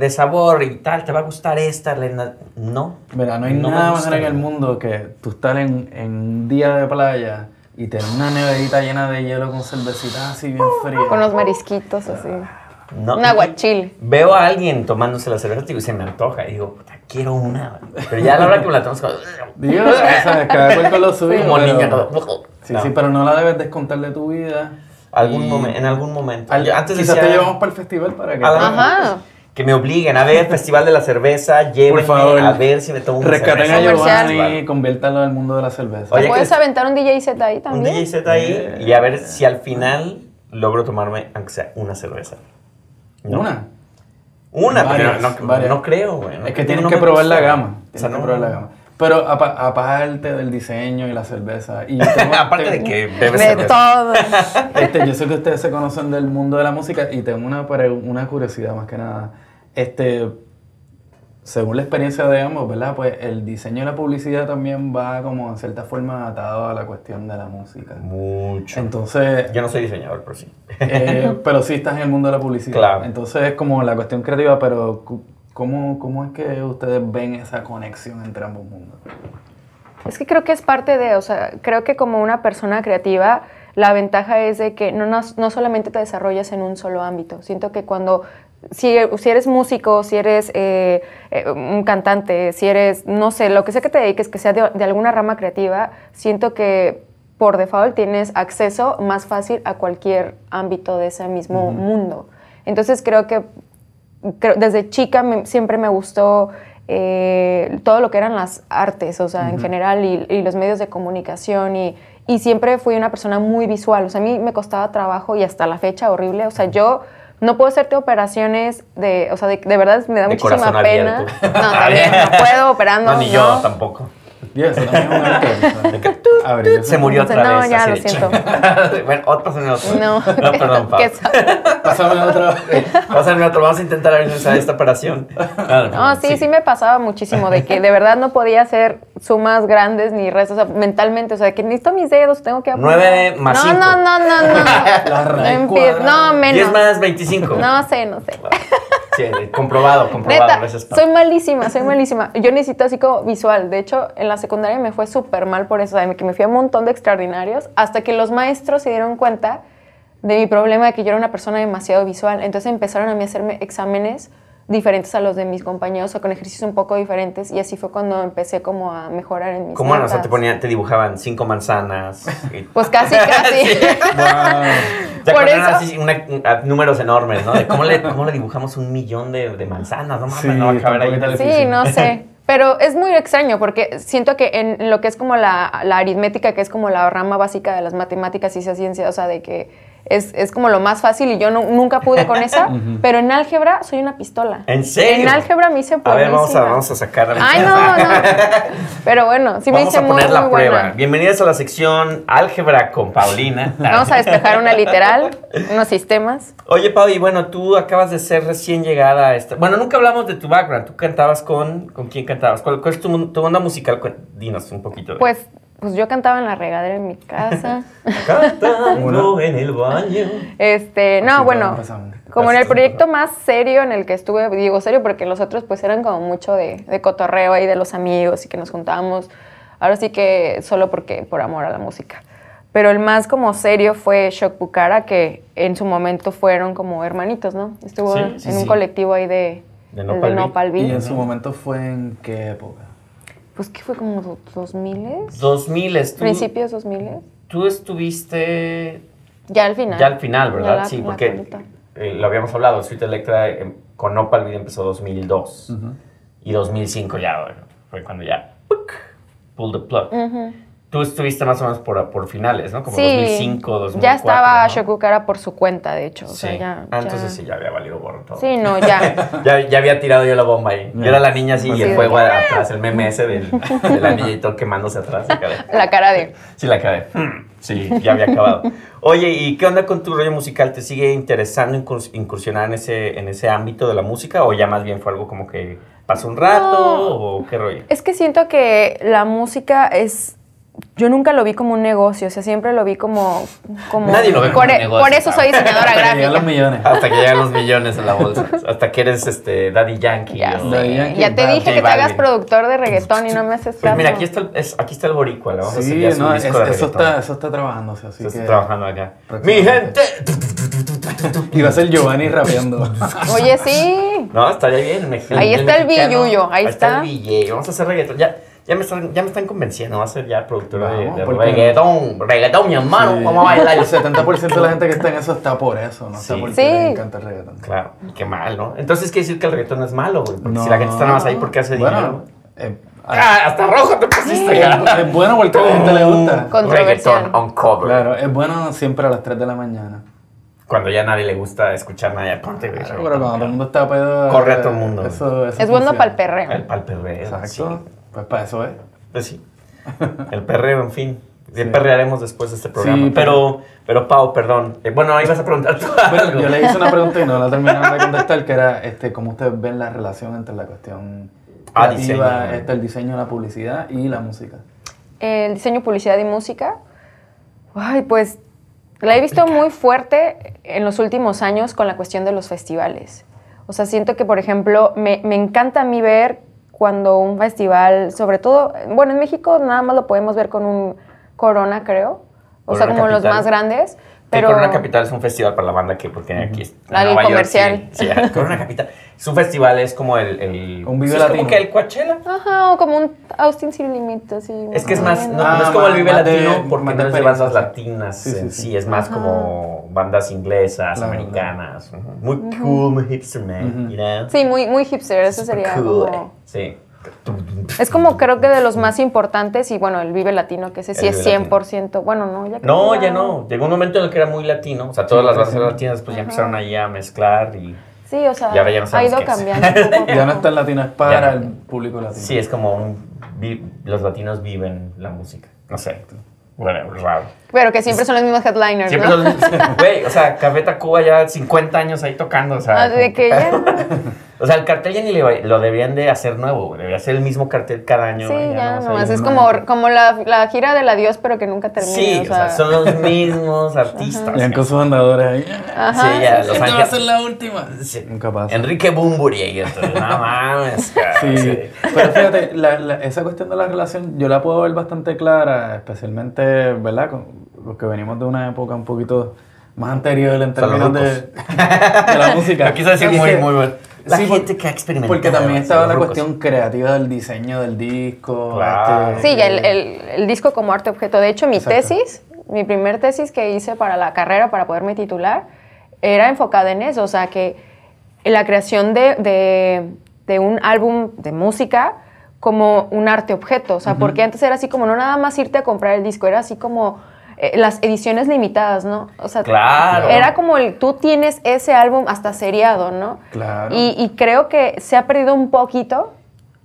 D: De sabor y tal, te va a gustar esta, Elena. No.
E: Mira, no hay
D: No me
E: nada
D: gusta,
E: mejor en el
D: güey.
E: mundo que tú estar en, en un día de playa y tener una neverita llena de hielo con cervecitas así bien frías.
F: Oh, Con los marisquitos, así.
D: No.
F: Un aguachil.
D: Veo a alguien tomándose la cerveza digo, y se me antoja. Y digo, puta, quiero una. Pero ya a la hora que me la tomas, como,
E: Digo, o sea, cada cual con lo suyo.
D: como
E: pero-
D: niño. todo.
E: Sí,
D: No.
E: sí, pero no la debes descontar de tu vida.
D: Algún
E: Y-
D: momen- en algún momento.
E: Al-
D: Yo antes
E: quizás
D: decía- Ah,
E: te llevamos para el festival para que.
D: A la-
F: Ajá.
D: Que me obliguen a ver Festival de la Cerveza, llévenme
E: favor.
D: a ver si me tomo una
E: Rescaten
D: cerveza.
E: a
F: Comercial.
E: Giovanni y conviértalo al mundo de la cerveza.
D: Oye,
F: Puedes
D: que-
F: aventar un DJ set ahí
D: Un
F: también.
D: DJ set ahí y a ver si al final logro tomarme, aunque sea una cerveza. ¿No?
E: Una.
D: Una, pero
E: Varias,
D: no- no,
E: varias.
D: no creo, güey. No-
E: Es que
D: no
E: tienes
D: me
E: que probar la
D: gusta.
E: gama.
D: O
E: Tienes
D: sea,
E: que
D: no-
E: probar la gama. Pero apa- aparte del diseño y la cerveza. Y tengo-
D: Aparte de
E: tengo-
D: que bebes
F: De
D: cerveza.
F: todo.
E: Este, yo sé que ustedes se conocen del mundo de la música y tengo una, pre- una curiosidad más que nada. Este, según la experiencia de ambos, ¿verdad? Pues el diseño y la publicidad también va como en cierta forma atado a la cuestión de la música.
D: Mucho.
E: Entonces,
D: Yo no soy diseñador, pero sí.
E: eh, pero sí estás en el mundo de la publicidad.
D: Claro.
E: Entonces es como la cuestión creativa, pero cu- ¿Cómo, ¿Cómo es que ustedes ven esa conexión entre ambos mundos?
F: Es que creo que es parte de, o sea, creo que como una persona creativa, la ventaja es de que no, no, no solamente te desarrollas en un solo ámbito. Siento que cuando, si, si eres músico, si eres eh, eh, un cantante, si eres, no sé, lo que sea que te dediques, que sea de, de alguna rama creativa, siento que por default tienes acceso más fácil a cualquier ámbito de ese mismo mundo. Entonces creo que creo- desde chica me- siempre me gustó eh, todo lo que eran las artes, o sea, en
G: Ujú.
F: general, y, y los medios de comunicación, y, y siempre fui una persona muy visual, o sea, a mí me costaba trabajo y hasta la fecha horrible, o sea, yo... No puedo hacerte operaciones de, o sea, de, de verdad me da
D: De
F: muchísima
D: corazón
F: pena.
D: abierto.
F: No, también, no puedo operando.
D: No, ni yo tampoco. Se murió
F: O sea,
D: otra
F: no,
D: vez.
F: ya,
D: así
F: lo
D: de
F: siento.
D: chinga. bueno, otro sonido.
F: No,
D: No, perdón, Pau.
F: ¿qué sabe?
E: Pásame otro.
D: Pásame otro. Vamos a intentar organizar esta operación. No, no,
F: No, sí, sí, me pasaba muchísimo de que de verdad no podía hacer sumas grandes ni restos, o sea, mentalmente, o sea, que necesito mis dedos, tengo que apuntar.
D: Nueve más
F: no,
D: cinco.
F: no, no, no, no, no. empie- No, menos.
D: 10 más 25.
F: No sé, no sé.
D: Sí, comprobado, comprobado.
F: Neta,
D: gracias, Pau.
F: soy malísima, soy malísima. Yo necesito así como visual. De hecho, en la secundaria me fue súper mal por eso, o sea, que me fui a un montón de extraordinarios hasta que los maestros se dieron cuenta de mi problema de que yo era una persona demasiado visual. Entonces empezaron a mí a hacerme exámenes diferentes a los de mis compañeros o con ejercicios un poco diferentes y así fue cuando empecé como a mejorar en mis
D: ¿Cómo no? O sea,
F: notas.
D: te, ponían, te dibujaban cinco manzanas. y-
F: Pues casi, casi.
D: Ya
F: Por
D: cuando eran
F: eso-
D: así una- un- a- números enormes, ¿no? De cómo le, cómo le dibujamos un millón de, de manzanas, no mames,
E: Sí,
D: no va a caber ahí.
E: tampoco está
F: Sí, no sé. Pero es muy extraño porque siento que en lo que es como la, la aritmética, que es como la rama básica de las matemáticas y esa ciencia, o sea, de que es, es como lo más fácil y yo nu- nunca pude con esa,
D: Ujú.
F: pero en álgebra soy una pistola.
D: ¿En serio?
F: En álgebra me hice
D: a ver, vamos a,
F: buenísima.
D: vamos a sacar.
F: Ay, no, no. Pero bueno, sí me
D: vamos
F: hice
D: a
F: muy,
D: poner la
F: muy
D: prueba.
F: buena.
D: Bienvenidos a la sección Álgebra con Paulina.
F: Vamos a despejar una literal, unos sistemas.
D: Oye, Pau, y bueno, tú acabas de ser recién llegada a esta. Bueno, nunca hablamos de tu background. Tú cantabas con. ¿Con quién cantabas? ¿Cuál, cuál es tu, mon- tu onda musical? Cu- Dinos un poquito. de-
F: Pues, pues yo cantaba en la regadera en mi casa.
D: Tango en el baño.
F: Este, no, bueno, Como en el proyecto más serio en el que estuve, digo serio porque los otros pues eran como mucho de, de cotorreo ahí de los amigos y que nos juntábamos, ahora sí que solo porque por amor a la música. Pero el más como serio fue Shock Bucara, que en su momento fueron como hermanitos, ¿no? Estuvo
E: Sí, sí,
F: en un
E: sí.
F: colectivo ahí de, el de Nopal Beat.
E: ¿Y en su momento fue en qué época?
F: Pues que fue como do- 2000,
D: 2000 es tú.
F: principios 2000.
D: Tú estuviste
F: Ya al final.
D: ya al final,
F: Ya
D: ¿verdad?
F: la-
D: sí,
F: la
D: porque
F: colita.
D: eh, lo habíamos hablado, Sweet Electra eh, con Opal Beat empezó 2002 y 2005 ya bueno, fue cuando ya ¡puc! pull the plug.
F: Ujú.
D: Tú estuviste más o menos por, por finales, ¿no? Como
F: Sí,
D: 2005, 2004.
F: ya estaba Shock Bucara por su cuenta, de hecho. O sea,
D: Sí.
F: ya,
D: Ah, entonces
F: ya-
D: sí, ya había valido gorro todo.
F: Sí, no, ya.
D: Ya, ya había tirado yo la bomba ahí. Yo era la niña así y
F: Sí.
D: el fuego atrás, el meme ese del, de la niña y todo quemándose atrás. acá de-
F: La cara de.
D: Sí, la acabé. Hmm, Sí, ya había acabado. Oye, ¿y qué onda con tu rollo musical? ¿Te sigue interesando incurs- incursionar en ese, en ese ámbito de la música? ¿O ya más bien fue algo como que pasó un rato?
F: No.
D: ¿O qué rollo?
F: Es que siento que la música es. Yo nunca lo vi como un negocio, o sea, siempre lo vi como. como
D: Nadie lo ve como
F: por,
D: un
F: e-
D: negocio,
F: por eso soy
D: ¿sabes?
F: diseñadora gráfica.
E: millones.
D: Hasta que llegan los millones en la bolsa. Hasta que eres este, Daddy Yankee.
F: Ya
D: o-
E: sé. Yankee
F: Ya te
D: J
F: dije que te
D: Balvin.
F: hagas productor de reggaetón y no me haces
D: Pues
F: caso.
D: mira, aquí está, el, es- aquí está el boricua. Le vamos a hacer
E: Sí,
D: ya su
E: no, es-
D: disco de
E: eso,
D: reggaetón.
E: está, eso está trabajándose, así
D: Se
E: que...
D: está trabajando acá. ¡Mi gente!
E: Y va a ser Giovanni rapeando.
F: Oye, sí.
D: No, estaría bien. México.
F: Ahí está el
D: mexicano.
F: billuyo, ahí está.
D: el billuyo. Vamos a hacer reggaetón. Ya, ya, me están, ya me están convenciendo. Va a ser ya productora de,
E: Vamos,
D: de
E: porque-
D: reggaetón. Reggaetón, mi hermano. Vamos a bailar.
E: El 70% de la gente que está en eso está por eso, no está
D: Sí.
E: porque
F: Sí.
E: le encanta el reggaetón.
D: Claro, y qué mal, ¿no? Entonces quiere decir que el reggaetón es malo, güey. Porque si
E: No.
D: la gente está nada más ahí porque hace
E: Bueno,
D: dinero.
E: eh,
D: ¡Ah! Hasta rojo te pusiste,
E: Es,
D: cara.
E: es bueno porque a la gente le gusta.
D: Oh.
F: Controversial.
D: Reggaetón on cover.
E: Claro, es bueno siempre a las 3 de la mañana.
D: Cuando ya a nadie le gusta escuchar nada, ya ponte, güey.
E: Pero cuando todo el mundo está pedo.
D: Corre a
E: eh,
D: todo el mundo.
E: Eso, eso
F: Es bueno
E: funciona.
F: para el perreo.
D: El pal perreo.
E: Exacto.
D: sí.
E: Pues para eso es.
D: Pues sí. El perreo, en fin. Ya
E: Sí.
D: perrearemos después de este programa.
E: Sí,
D: pero, pero, Pau, perdón. Eh, bueno, ahí vas a preguntar tú algo.
E: Bueno, yo le hice una pregunta y no la terminaron de contestar, que era este, cómo ustedes ven la relación entre la cuestión
D: Ah,
E: creativa,
D: diseño.
E: este, el diseño, la publicidad y la música.
F: el diseño, publicidad y música, ay, pues la he visto muy fuerte en los últimos años con la cuestión de los festivales. O sea, siento que, por ejemplo, me, me encanta a mí ver cuando un festival, sobre todo, bueno, en México nada más lo podemos ver con un Corona, creo. O sea,
D: Corona
F: como los
D: Capital.
F: más grandes.
D: Que
F: Pero
D: Corona Capital es un festival para la banda que, porque aquí es
F: Algo
D: Nueva York,
F: comercial.
D: sí, sí, Corona Capital. Su festival es como el. el
E: Un Vive
D: sí, es
E: Latino.
D: como que el Coachella.
F: Ajá, o como un Austin sin límites. así,
D: Es que es más. No,
E: Ah,
D: no es como el Vive
E: más de-
D: Latino porque
E: más
D: no
E: de
D: es de bandas
E: experiencia.
D: latinas
E: Sí, sí,
D: en
E: sí.
D: sí, Es más como bandas inglesas,
E: Claro,
D: americanas. ujú. Muy cool, muy hipster, man. you know?
F: Sí, muy, muy hipster, eso
D: Super
F: sería
D: cool.
F: como-
D: Sí.
F: Es como creo que de los más importantes y bueno, el Vive Latino, que ese sí
D: El
F: es
D: Vive Latino.
F: 100%. Bueno, no, ya creo
D: No,
F: que
D: ya no. Llegó un momento en el que era muy latino. O sea, todas las bandas eran latinas, pues ya empezaron ahí a mezclar y.
F: Sí, o sea,
D: Y ahora ya no
F: ha
D: sabemos
F: ido
D: qué es.
F: cambiando. un poco,
E: Ya no está el latino, es para
D: Ya.
E: el público latino.
D: Sí, es como un. vi- los latinos viven la música. No sé. Bueno, raro.
F: Pero que siempre son los mismos headliners,
D: Siempre
F: ¿no?
D: son los mismos. Güey, o sea, Café Tacuba ya 50 años ahí tocando, o sea.
F: Ah, de que ya.
D: O sea, el cartel ya ni le- lo debían de hacer nuevo, güey. Debería ser el mismo cartel cada año.
F: Sí,
D: güey,
F: ya,
D: no, o sea,
F: nomás.
D: ya
F: Es
D: no.
F: como, como la, la gira del adiós, pero que nunca termina.
D: Sí, o sea, son los mismos artistas.
E: Ya con sus andadores ahí.
F: Ajá,
D: sí, ya, Ah, Los
E: Esta va a
D: Ángeles.
E: ser la última.
D: Sí.
E: Nunca pasa.
D: Enrique Bumburi ahí, entonces, no mames, cara,
E: Sí,
D: sí.
E: pero fíjate, la- la- esa cuestión de la relación yo la puedo ver bastante clara, especialmente, ¿verdad? Con los que venimos de una época un poquito más anterior en
D: sea, los
E: términos de, de la música.
D: Lo quiso decir
E: Es
D: muy,
E: que-
D: muy bueno. La
E: por-
D: gente que ha experimentado,
E: Porque también
D: los
E: estaba la
D: rucos.
E: cuestión creativa del diseño del disco. este,
D: Claro.
F: Sí, ya el, el- el disco como arte objeto. De hecho, mi
E: Eh, Exacto.
F: tesis, mi primer tesis que hice para la carrera, para poderme titular, era enfocada en eso, o sea, que la creación de, de- de un álbum de música como un arte objeto, o sea, porque antes era así como no nada más irte a comprar el disco, era así como eh, las ediciones limitadas, ¿no? O sea,
D: Claro.
F: era como el tú tienes ese álbum hasta seriado, ¿no?
E: Claro.
F: Y, y creo que se ha perdido un poquito.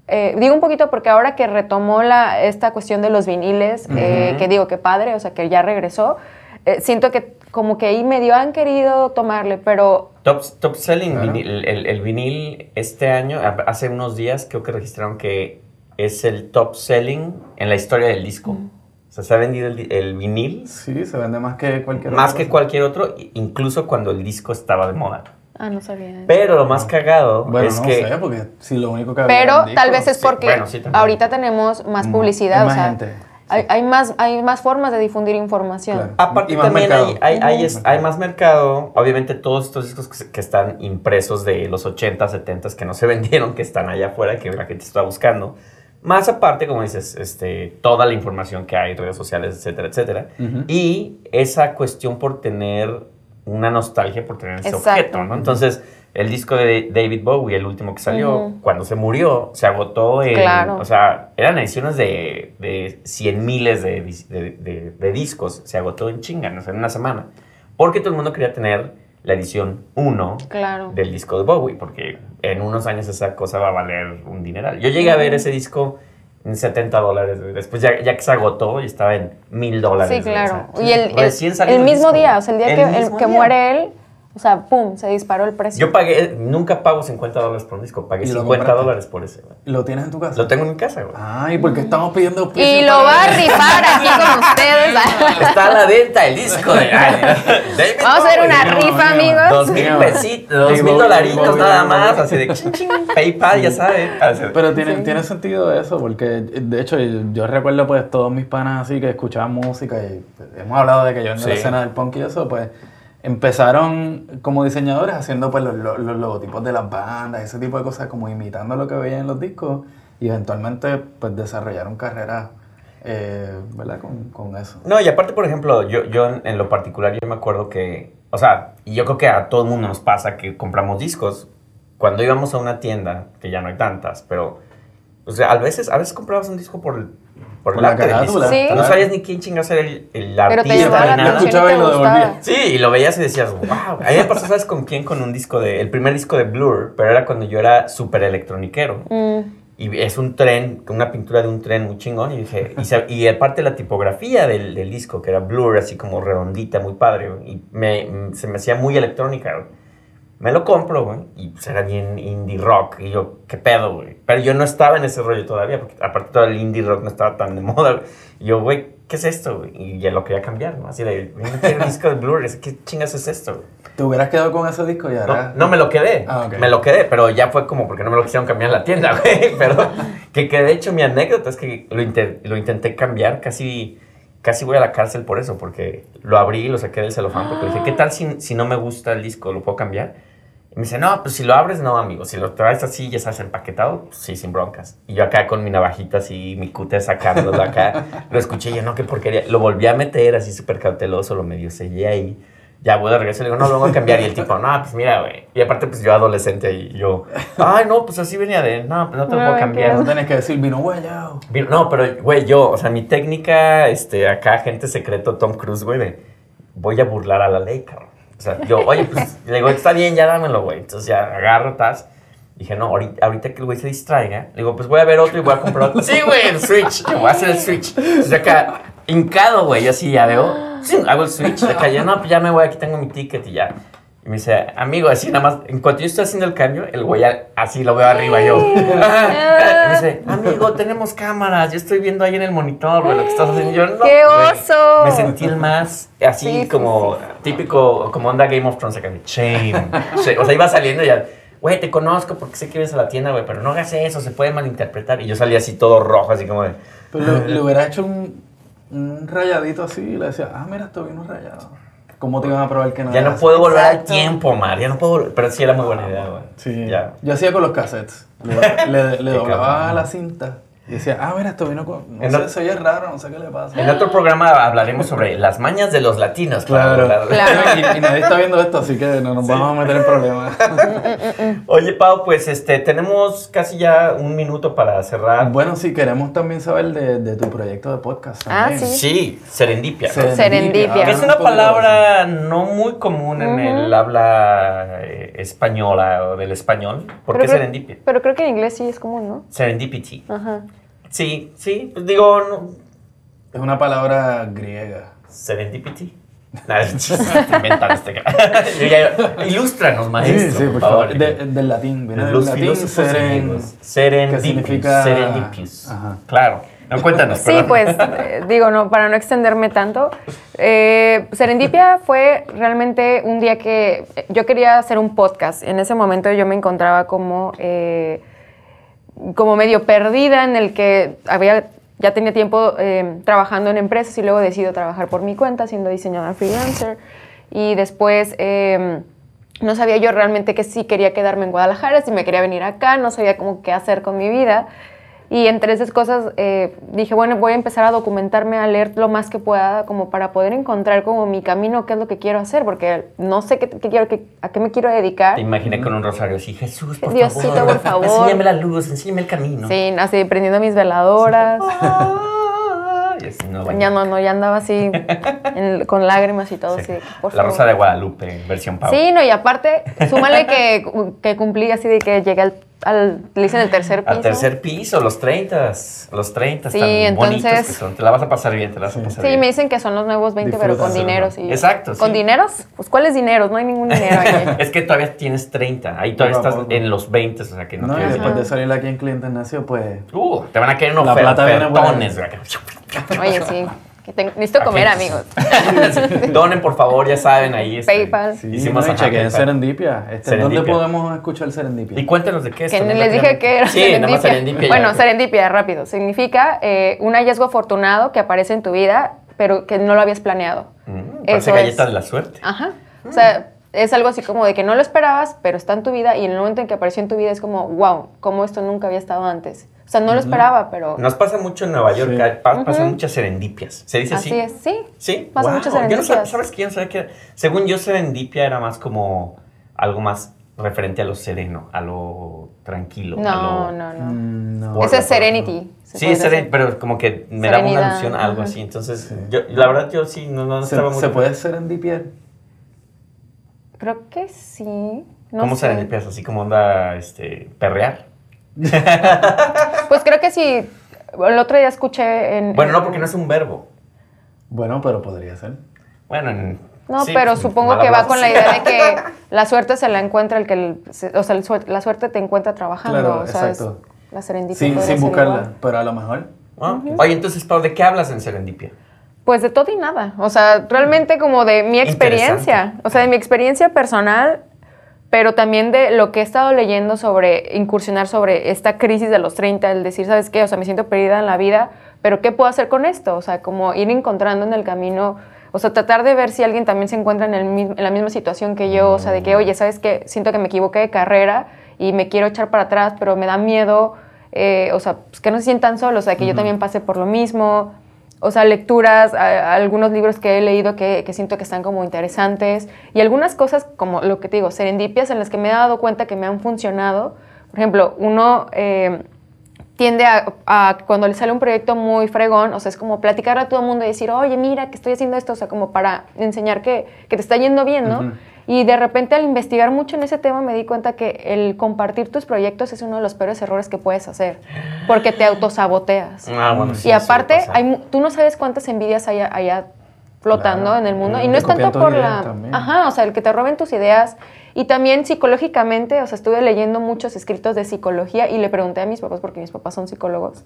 F: eh, digo un poquito porque ahora que retomó la, esta cuestión de los viniles, eh, que digo que padre, o sea, que ya regresó, eh, siento que como que ahí medio han querido tomarle, pero
D: Top, top selling vinil. El, el vinil este año, a- hace unos días, creo que registraron que es el top selling en la historia del disco. O sea, se ha vendido el, di- el vinil
E: Sí, se vende más que cualquier
D: más
E: otra
D: que
E: cosa.
D: cualquier otro, i- incluso cuando el disco estaba de moda.
F: ah, no sabía.
D: Pero lo más cagado
E: Bueno,
D: es
E: no
D: que.
E: sé, porque si lo único que había era
F: Pero
E: el disco,
F: tal vez es
D: sí,
F: porque
D: bueno, sí, también.
F: ahorita tenemos más
E: Mm,
F: publicidad,
E: hay
F: o
E: más
F: sea,
E: gente,
F: hay, hay más, hay más formas de difundir información.
E: Claro. Ah,
D: Aparte
E: Y más
D: también
E: mercado.
D: hay, hay- hay es-
E: Ujú.
D: hay más mercado. Obviamente todos estos discos que, se- que están impresos de los 80, 70 que no se vendieron, que están allá afuera, que la gente está buscando. Más aparte, como dices, este, toda la información que hay, redes sociales, etcétera, etcétera. Y esa cuestión por tener una nostalgia, por tener ese
F: Exacto.
D: objeto, ¿no? Entonces, el disco de David Bowie, el último que salió, cuando se murió, se agotó en...
F: Claro.
D: O sea, eran ediciones de, de 100 miles de, dis- de- de- de discos. Se agotó en chinga, ¿no? O sea, en una semana. Porque todo el mundo quería tener la edición 1
F: Claro.
D: del disco de Bowie, porque en unos años esa cosa va a valer un dineral. Yo llegué a ver ese disco en 70 dólares. güey. Después ya, ya que se agotó y estaba en mil dólares.
F: Sí,
D: güey,
F: claro.
D: o sea,
F: Y el, el-
D: recién salió
F: el mismo
D: disco,
F: día,
D: güey.
F: o sea, el día
D: El
F: que, el
D: mismo
F: que
D: día.
F: muere él, o sea, pum, se disparó el precio.
D: Yo pagué, nunca pago 50 dólares por un disco, pagué
E: ¿Y lo
D: 50
E: compraste?
D: dólares por ese. güey.
E: ¿Lo tienes en tu casa?
D: Lo tengo en mi casa, güey.
E: Ay, porque estamos pidiendo
F: Y
E: auspicio
F: lo
E: para-
F: va a rifar aquí con ustedes.
D: Está a la venta el disco de ay, David
F: Vamos a hacer
D: Bowie.
F: una
E: No,
F: rifa,
E: no, no.
F: amigos.
D: Dos mil
E: Mira.
D: pesitos, dos
E: Sí,
D: mil
E: Bowie,
D: dolaritos
E: Bowie,
D: nada
E: Bowie.
D: más, así de ching, ching, PayPal, ya sabes. Así de-
E: Pero tiene, tiene sentido eso, porque de hecho yo recuerdo pues todos mis panas así que escuchaban música y hemos hablado de que yo en
D: Sí.
E: la escena del punk y eso, pues empezaron como diseñadores haciendo pues los, lo- los logotipos de las bandas, ese tipo de cosas, como imitando lo que veían en los discos y eventualmente pues desarrollaron carreras, eh, ¿verdad? Con, con eso.
D: No, y aparte, por ejemplo, yo, yo en, en lo particular, yo me acuerdo que, o sea, y yo creo que a todo el mundo nos pasa que compramos discos. Cuando íbamos a una tienda, que ya no hay tantas, pero, o sea, a veces, a veces comprabas un disco por el, por el
E: Por la
D: arte del
E: carátula,
D: disco.
F: Sí.
D: No sabías ni quién chingas era el,
F: Pero
D: el
F: te
D: artista
F: llamaba la
D: ni nada.
E: Yo
F: atención y
E: escuchaba
F: te
E: y lo
F: gustaba.
E: devolvía.
D: Sí, y lo veías y decías, wow. A mí me pasó, ¿sabes con quién? Con un disco de. El primer disco de Blur, pero era cuando yo era súper electroniquero. Y es un tren, una pintura de un tren muy chingón. Y dije, y, se- y aparte la tipografía del, del disco, que era Blur, así como redondita, muy padre. güey, Y me, mm, se me hacía muy electrónica, güey. Me lo compro, güey. Y pues era bien indie rock. Y yo, ¿qué pedo, güey? Pero yo no estaba en ese rollo todavía, porque aparte todo el indie rock no estaba tan de moda. güey. Y yo, güey, ¿qué es esto? güey? Y ya lo quería cambiar, ¿no? Así de, ¿qué disco de Blu-ray? ¿Qué chingas es esto? güey?
E: ¿Te hubieras quedado con ese disco ya?
D: No, no, me lo quedé.
E: Ah, ok.
D: Me lo quedé, pero ya fue como porque no me lo quisieron cambiar en la tienda, güey. Pero que, que de hecho mi anécdota es que lo, inte- lo intenté cambiar, casi, casi voy a la cárcel por eso, porque lo abrí y lo saqué del celofán, porque le dije, ¿qué tal si, si no me gusta el disco? ¿Lo puedo cambiar? Y me dice, no, pues si lo abres, no, amigo. Si lo traes así, ya sabes, empaquetado, pues sí, sin broncas. Y yo acá con mi navajita así, mi cute sacándolo acá, lo escuché y yo, no, qué porquería. Lo volví a meter así súper cauteloso, lo medio sellé ahí. Ya voy de regreso y le digo, no, lo vengo a cambiar. Y el tipo, no, pues mira, güey. Y aparte, pues yo adolescente y yo, ay, no, pues así venía de, no, pues no te lo
F: No,
D: puedo
F: qué
D: cambiar.
F: asco.
E: No tenés que decir vino guayao.
D: Vi- No, pero, güey, yo, o sea, mi técnica, este, acá, gente secreto, Tom Cruise, güey, de voy a burlar a la ley, cabrón. O sea, yo, oye, pues, le digo, está bien, ya dámelo, güey. Entonces ya agarro, tas. Dije, no, ahorita, ahorita que el güey se distraiga, le digo, pues voy a ver otro y voy a comprar otro. Sí, güey, el Switch. Yo voy a hacer el Switch. Entonces acá, hincado, güey, yo así ya veo. Sí, hago el Switch. Acá ya, no, pues ya me voy, aquí tengo mi ticket y ya. Y me dice, amigo, así nada más, en cuanto yo estoy haciendo el cambio, el güey a- así lo veo arriba yo. Y me dice, amigo, tenemos cámaras, yo estoy viendo ahí en el monitor, güey, lo que estás haciendo. Y Yo, no,
F: ¡Qué
D: güey".
F: oso!
D: Me sentí el más, así
F: Sí, sí,
D: como típico, como onda Game of Thrones, acá, shame. shame. O sea, iba saliendo y ya, güey, te conozco porque sé que vienes a la tienda, güey, pero no hagas eso, se puede malinterpretar. Y yo salí así todo rojo, así como de,
E: Pero Pues le, le hubiera hecho un, un rayadito así y le decía, ah, mira, esto vino rayado. ¿Cómo te iban a probar que no
D: ya
E: era
F: Ah,
D: no
E: así?
D: puedo volver al
E: Exacto.
D: tiempo, Mar, ya no puedo volver. Pero sí era muy buena idea, güey.
E: Sí.
D: Ya.
E: Yo hacía con los cassettes. Le, le- le
D: Qué
E: doblaba
D: cabrón.
E: la cinta y decía, ah, mira, esto vino con. No
D: En
E: sé,
D: lo-
E: se oye raro, no sé qué le pasa.
D: En otro programa hablaremos sobre las mañas de los latinos. para
E: Claro.
D: hablar de-
E: Y, y nadie está viendo esto, así que no nos vamos a meter en problemas.
D: Oye, Pau, pues este, tenemos casi ya un minuto para cerrar.
E: bueno, sí, queremos también saber de, de tu proyecto de podcast.
F: Ah,
E: también.
F: sí.
D: Sí, serendipia. ¿no?
F: Serendipia.
D: Que
E: Háblanos
D: es
E: un
D: una
E: poquito de
D: palabra no muy común en el habla eh, española o del español. ¿Por
F: Pero
D: qué
F: creo-
D: serendipia?
F: Pero creo que en inglés sí es común, ¿no?
D: Serendipity.
F: Ajá.
D: Sí, sí, pues digo, no-
E: eso. Es una palabra griega.
D: serendipity. Nada, inventan este cara. Yo ya- Ilústranos, maestro.
E: Sí, sí, por favor. De- del latín, viene del
D: Los
E: latín pues, eh,
D: filósofos griegos.
E: que
D: Serendipius.
E: significa-
D: Serendipius.
E: Ajá.
D: Claro. No, cuéntanos.
F: Sí,
D: perdón.
F: pues eh, digo, no, para no extenderme tanto, eh, Serendipia fue realmente un día que eh, yo quería hacer un podcast. En ese momento yo me encontraba como, eh, como medio perdida en el que había, ya tenía tiempo eh, trabajando en empresas y luego decido trabajar por mi cuenta siendo diseñadora freelancer. Y después... eh, no sabía yo realmente que sí quería quedarme en Guadalajara, si me quería venir acá, no sabía cómo qué hacer con mi vida. Y entre esas cosas eh, dije, bueno, voy a empezar a documentarme, a leer lo más que pueda, como para poder encontrar como mi camino, qué es lo que quiero hacer, porque no sé qué, qué quiero, qué- a qué me quiero dedicar.
D: Te imaginé con un rosario así, Jesús, por
F: Diosito,
D: favor.
F: por favor.
D: Enséñame la luz, enséñame el camino.
F: Sí, así prendiendo mis veladoras.
D: Ah, y así, no, bueno.
F: Ya no, no, ya andaba así en- con lágrimas y todo.
D: Sí.
F: así de que,
D: La
F: por favor.
D: Rosa de Guadalupe, versión Pau.
F: Sí, no, y aparte, súmale que, que cumplí así de que llegué al, al le dicen el tercer piso.
D: Al tercer piso, los 30, los 30
F: Sí,
D: tan bonitos que
F: entonces-
D: son. Te la vas a pasar bien, te la vas a pasar
F: Sí,
D: bien.
F: me dicen que son los nuevos 20, pero con
D: Disfruta.
F: dineros. Y yo,
D: Exacto, sí.
F: ¿Con dineros? Pues ¿cuáles dineros? No hay ningún dinero ahí.
D: es que todavía tienes 30, ahí todavía
E: Poco a
D: estás
E: poco.
D: en los 20, o sea que no,
E: No, y
D: tienes
E: después
D: dinero.
E: de salir aquí en Clinton Nació, pues.
D: Uh, te van a caer unos
E: La plata viene buena.
D: ofertones, güey.
F: Oye, sí. que tengo- necesito comer,
D: Aquí.
F: amigos.
D: Donen, por favor, ya saben, ahí. este,
F: PayPal.
E: Sí,
D: Hicimos
E: no, y
D: ajá,
E: chequeen
D: PayPal.
E: Serendipia. Este,
D: Serendipia.
E: ¿Dónde podemos escuchar Serendipia?
D: Y cuéntanos de qué es.
F: Que
D: también
F: les dije
D: rápidamente.
F: que era
D: Sí, nada
F: serendipia.
D: más serendipia. ya.
F: Bueno, serendipia, rápido. Significa eh, un hallazgo afortunado que aparece en tu vida, pero que no lo habías planeado.
D: Mm, Parece
F: Eso
D: galleta
F: es.
D: de la suerte.
F: Ajá. O sea, es algo así como de que no lo esperabas, pero está en tu vida y en el momento en que apareció en tu vida es como, wow, como esto nunca había estado antes. O sea, no lo esperaba, pero
D: Nos pasa mucho en Nueva York,
E: Sí.
D: pa- pasan muchas serendipias. ¿Se dice así?
F: así es. Sí.
D: Sí.
F: Pasan
D: Wow,
F: muchas
D: yo no sab-
F: serendipias.
D: ¿Sabes que Yo no sabía que era- Según yo, serendipia era más como algo más referente a lo sereno, a lo tranquilo. a
F: No,
D: lo-
F: no, no.
E: Mm, no.
D: Por-
F: Ese es Serenity. se
D: Sí,
F: podría
D: seren-
F: decir.
D: pero como que me daba una
F: Serenidad,
D: alusión a algo
F: ajá.
D: así. Entonces, yo, la verdad, yo sí no, no
E: ¿Se,
D: estaba muy.
E: se puede serendipiar?
F: Creo que sí. No
D: ¿Cómo
F: sé.
D: serendipias? Así como onda este, perrear.
F: Pues creo que sí. El otro día escuché en.
D: Bueno, no, porque no es un verbo.
E: Bueno, pero podría ser.
D: Bueno, en-
F: No,
D: sí,
F: pero
D: pues,
F: supongo
D: mal
F: que va
D: hablado.
F: con la idea de que la suerte se la encuentra el que. el- se- o sea, el suer- la suerte te encuentra trabajando.
E: Claro,
F: o sea, es-
E: exacto.
F: la serendipia.
E: Sin,
F: podría
E: sin
F: ser
E: buscarla,
F: igual.
E: pero a lo mejor.
D: Ah, Oye, entonces, Pau, ¿de qué hablas en serendipia?
F: Pues de todo y nada. O sea, realmente como de mi experiencia. O sea, de mi experiencia personal, pero también de lo que he estado leyendo sobre incursionar sobre esta crisis de los 30, el decir, ¿sabes qué? O sea, me siento perdida en la vida, pero ¿qué puedo hacer con esto? O sea, como ir encontrando en el camino, o sea, tratar de ver si alguien también se encuentra en, el mi- en la misma situación que yo, o sea, de que, oye, ¿sabes qué? Siento que me equivoqué de carrera y me quiero echar para atrás, pero me da miedo, eh, o sea, pues, que no se sientan solos, o sea, que yo también pase por lo mismo. O sea, lecturas, a- a algunos libros que he leído que, que siento que están como interesantes y algunas cosas como lo que te digo, serendipias en las que me he dado cuenta que me han funcionado. Por ejemplo, uno eh, tiende a, a cuando le sale un proyecto muy fregón, o sea, es como platicar a todo el mundo y decir, oye, mira, que estoy haciendo esto, o sea, como para enseñar que, que te está yendo bien, ¿no?
E: Ujú.
F: Y de repente al investigar mucho en ese tema me di cuenta que el compartir tus proyectos es uno de los peores errores que puedes hacer, porque te autosaboteas
D: Ah, bueno, sí,
F: y
D: eso
F: aparte,
D: pasa.
F: hay, mu- tú no sabes cuántas envidias hay a- allá flotando
E: Claro.
F: en el mundo.
E: Mm,
F: Y no
E: te
F: es tanto
E: copian tus
F: por
E: ideas
F: la...
E: también.
F: Ajá, o sea, el que te roben tus ideas. Y también psicológicamente, o sea, estuve leyendo muchos escritos de psicología y le pregunté a mis papás, porque mis papás son psicólogos,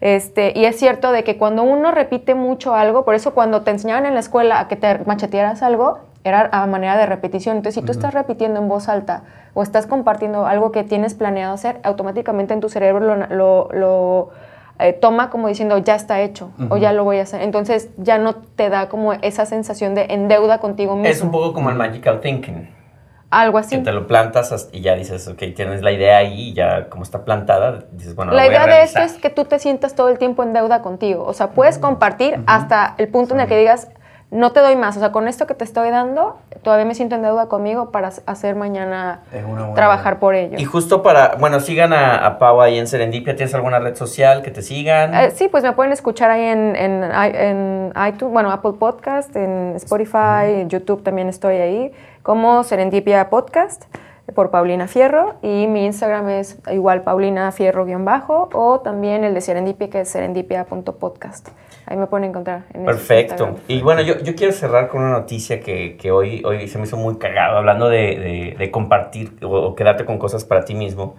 F: este, y es cierto de que cuando uno repite mucho algo, por eso cuando te enseñaban en la escuela a que te machetearas algo, era a manera de repetición. Entonces, si tú estás repitiendo en voz alta o estás compartiendo algo que tienes planeado hacer, automáticamente en tu cerebro lo, lo- lo, eh, toma como diciendo, ya está hecho o ya lo voy a hacer. Entonces, ya no te da como esa sensación de endeuda contigo mismo.
D: Es un poco como el magical thinking.
F: Ah, algo
D: Que
F: así.
D: te lo plantas as- y ya dices, ok, tienes la idea ahí y ya como está plantada, dices, bueno,
F: La
D: voy a
F: idea de esto
D: realizar.
F: es que tú te sientas todo el tiempo en deuda contigo. O sea,
D: Mm.
F: puedes compartir hasta el punto en el que digas, no te doy más. O sea, con esto que te estoy dando, todavía me siento en deuda conmigo para s- hacer mañana
D: Eh.
E: Es una buena
F: trabajar por ello.
D: Y justo para, bueno, sigan a, a Pau ahí en Serendipia, ¿tienes alguna red social que te sigan?
F: Eh, sí, pues me pueden escuchar ahí en, en, i- en iTunes, bueno, Apple Podcast, en Spotify, en YouTube también estoy ahí, como Serendipia Podcast por Paulina Fierro y mi Instagram es igual Paulina Fierro-bajo o también el de Serendipia que es serendipia.podcast. Ahí me pueden encontrar. En esos
D: Perfecto.
F: Instagram.
D: Y bueno, yo, yo quiero cerrar con una noticia que, que hoy, hoy se me hizo muy cagado, hablando de, de- de compartir o, o quedarte con cosas para ti mismo.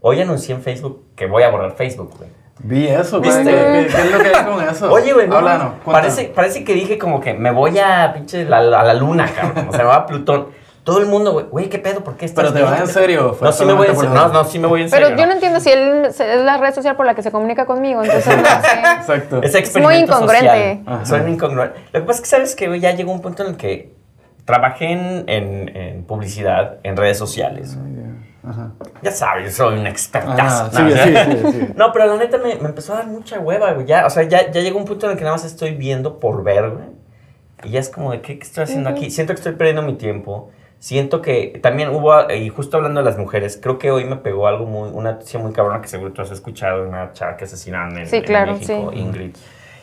D: Hoy anuncié en Facebook que voy a borrar Facebook, güey.
E: Vi eso, güey.
D: ¿Viste?
E: ¿Qué, qué, qué es lo que hay con eso?
D: Oye, güey, no,
E: Háblanos, cuéntanos.
D: parece, parece que dije como que me voy a pinche la, a la luna, cabrón, como se llamaba Plutón. Todo el mundo, güey, güey, ¿qué pedo? ¿Por qué estás
E: Pero te vas
D: viendo?
E: en serio, fue
D: No, sí me voy en
E: solamente
D: serio.
E: por
D: No,
E: la-
D: no, sí me voy en
F: Pero
D: serio.
F: yo no entiendo si él se- es la red social por la que se comunica conmigo, entonces no sé.
E: Exacto.
F: Es
D: Es
F: muy
D: experimento
F: incongruente.
D: social.
E: Ajá.
D: Son incongruentes. Lo que pasa es que sabes que güey, ya llegó un punto en el que trabajé en, en- en publicidad, en redes sociales.
E: Ah, Ajá.
D: Ya sabes, soy un
E: Ah,
D: expertazo. no,
E: sigue,
D: o sea,
E: sigue, sigue, sigue.
D: no, pero la neta me, me empezó a dar mucha hueva, güey. Ya, o sea, ya, ya llegó un punto en el que nada más estoy viendo por ver, güey. Y ya es como de, ¿qué, qué estoy haciendo aquí? Siento que estoy perdiendo mi tiempo. Siento que también hubo, y justo hablando de las mujeres, creo que hoy me pegó algo muy, una noticia muy cabrona que seguro tú has escuchado, una chava que asesinaron en,
F: Sí,
D: en
F: claro,
D: México,
F: sí.
D: Ingrid.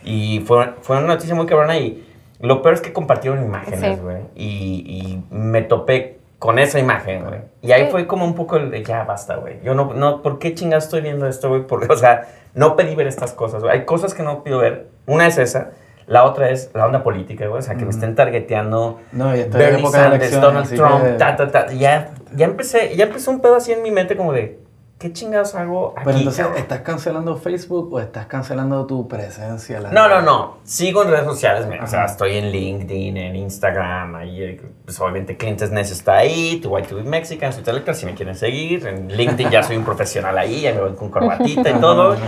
D: Y fue, fue una noticia muy cabrona y lo peor es que compartieron imágenes,
F: Sí.
D: güey. Y, y me topé con esa imagen, güey. Y ahí fue como un poco el de, ya basta, güey. Yo no, no, ¿por qué chingados estoy viendo esto, güey? Porque, o sea, no pedí ver estas cosas, güey. Hay cosas que no pido ver. Una es esa. La otra es la onda política, güey. O sea, que me estén targeteando.
E: No, y estoy en época de elecciones,
D: Donald
E: así
D: Trump,
E: que-
D: ta, ta, ta. Ya, ya empecé, ya empezó un pedo así en mi mente como de, ¿qué chingados hago aquí?
E: Pero entonces,
D: cabrón?
E: ¿estás cancelando Facebook o estás cancelando tu presencia? en la
D: No,
E: red?
D: no, no. Sigo en redes sociales. mira, O sea,
E: Ajá.
D: estoy en LinkedIn, en Instagram. Ahí, eh, pues, obviamente, Clientes Ness está ahí. Tu White Mexican, su Telegram, si me quieren seguir. En LinkedIn ya soy un profesional ahí. Ya me voy con corbatita y todo.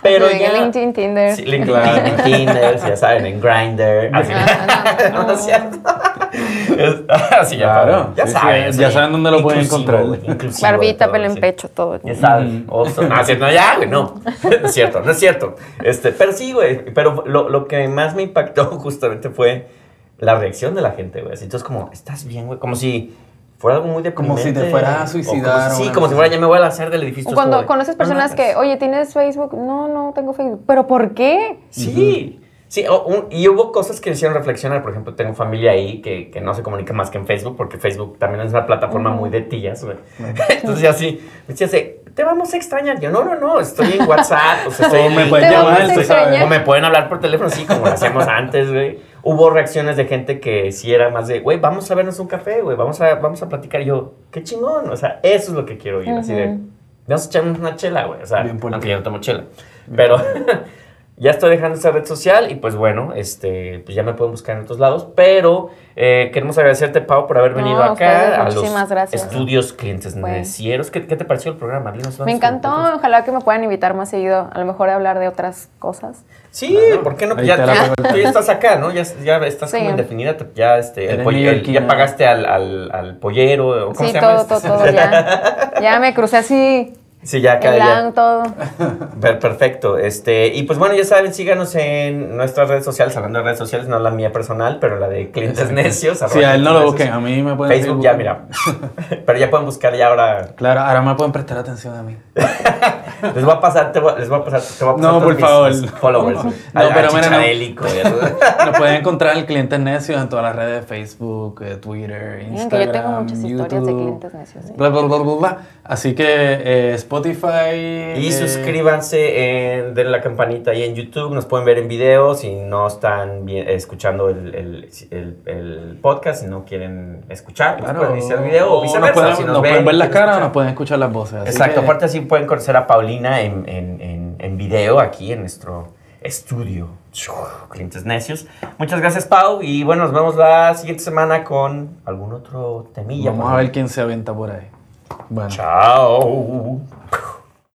D: Pero
F: Sí,
D: ya.
F: LinkedIn, Tinder. Ah,
D: Sí, LinkedIn,
E: Claro.
D: en Tinder, ya saben, en Grindr. Así. No, es cierto. Es- Así ya,
E: Claro,
D: ya
E: sí, sí,
D: saben.
E: ya
D: sí.
E: saben dónde lo pueden
D: Inclusivo,
E: encontrar.
D: güey, inclusivo de
F: Barbita,
D: todo,
F: pelo en
D: sí.
F: pecho, todo.
D: Ya sabes, oso. No, es Ah, cierto, no, ya, güey, no. No es cierto, no es cierto. Este, pero sí, güey, pero lo, lo que más me impactó justamente fue la reacción de la gente, güey. Así, entonces, como, ¿estás bien, güey? Como si fuera algo muy deprimente.
E: Como si te fueras a
D: o
E: suicidar
D: como si-
E: o
D: sí,
E: una
D: como si
E: cosa
D: fuera,
E: así.
D: ya me voy a lanzar del edificio.
F: O
D: es
F: cuando
D: como de,
F: conoces
D: no, no,
F: personas
D: pues,
F: que, oye, ¿tienes Facebook? No, no tengo Facebook. ¿Pero por qué?
D: Sí, sí, o- un- y hubo cosas que me hicieron reflexionar. Por ejemplo, tengo familia ahí que, que no se comunica más que en Facebook, porque Facebook también es una plataforma muy de tías, güey. Entonces, ya sí, me decías, eh, te vamos a extrañar. Yo, no, no, no, estoy en WhatsApp, o sea, estoy en
E: O me
D: LinkedIn,
E: pueden
F: Te vamos
E: llamar,
F: a
E: tú sabes.
F: extrañar.
D: o me pueden hablar por teléfono, sí, como lo hacíamos antes, güey. Hubo reacciones de gente que sí era más de, güey, vamos a vernos un café, güey, vamos a, vamos a platicar. Y yo, qué chingón, o sea, eso es lo que quiero oír, así de, vamos a echarnos una chela, güey, o sea,
E: Bien político.
D: aunque yo no tomo chela. Pero, Ya estoy dejando esa red social y pues bueno, este, pues ya me pueden buscar en otros lados, pero eh, queremos agradecerte, Pau, por
F: No,
D: haber venido
F: a ustedes,
D: acá a los
F: muchísimas gracias.
D: estudios clientes
F: Bueno.
D: necieros. ¿Qué, qué te pareció el programa? Dinos más.
F: Me encantó, ojalá que me puedan invitar más seguido, a lo mejor a hablar de otras cosas.
D: Sí, ¿por qué no?
E: Ahí
D: Ya,
E: te la
D: ya-
E: pego el-
D: tú ya estás acá, ¿no? Ya, ya estás
F: Sí.
D: como indefinida, te- ya, este, el
E: Eres
D: poll- el- ya
E: neoyorquina.
D: pagaste al, al, al pollero, ¿o ¿cómo
F: Sí,
D: se llama?
F: todo, todo, todo,
D: este?
F: ya. Ya me crucé así,
D: Sí, ya acá,
F: en
D: ya.
F: blanco, todo.
D: Per- Perfecto. Este, y pues bueno, ya saben, síganos en nuestras redes sociales, hablando de redes sociales, no la mía personal, pero la de clientes necios.
E: Sí, a él no lo
D: arroba
E: busquen,
D: clientes
E: a mí me pueden
D: necios.
E: seguir
D: Facebook ya, mira.
E: buscando.
D: pero ya pueden buscar ya ahora.
E: Claro, ahora me pueden prestar atención a mí.
D: Les voy a pasar, te voy, a- les voy a pasar, te voy a pasar
E: No,
D: todos
E: por
D: mis-
E: favor.
D: mis Followers.
E: No, pero
D: Al- al
E: mira, no.
D: Chicharelli, coño.
E: Nos pueden encontrar en Clientes Necios en todas las redes de Facebook, eh, Twitter,
F: Miren
E: Instagram,
F: que yo tengo muchas historias de
E: YouTube,
F: clientes necios. ¿eh?
E: Bla, bla, bla, bla, bla. Así que eh, Spotify...
D: Y
E: eh,
D: suscríbanse, en, denle la campanita ahí en YouTube, nos pueden ver en video si no están vi- escuchando el, el- el- el podcast, si no quieren escuchar, pues
E: Claro,
D: pueden irse al video
E: nos
D: o viceversa.
E: pueden,
D: si
E: nos pueden
D: ven,
E: ver las
D: quieren
E: caras o nos
D: escuchar.
E: pueden escuchar las voces. así
D: Exacto,
E: que-
D: aparte así pueden conocer a Paulina en, en- en- en video aquí en nuestro estudio. Clientes necios. Muchas gracias, Pau. Y bueno, nos vemos la siguiente semana con algún otro temilla.
E: Vamos a ver quién se aventa por ahí. Bueno.
D: Chao.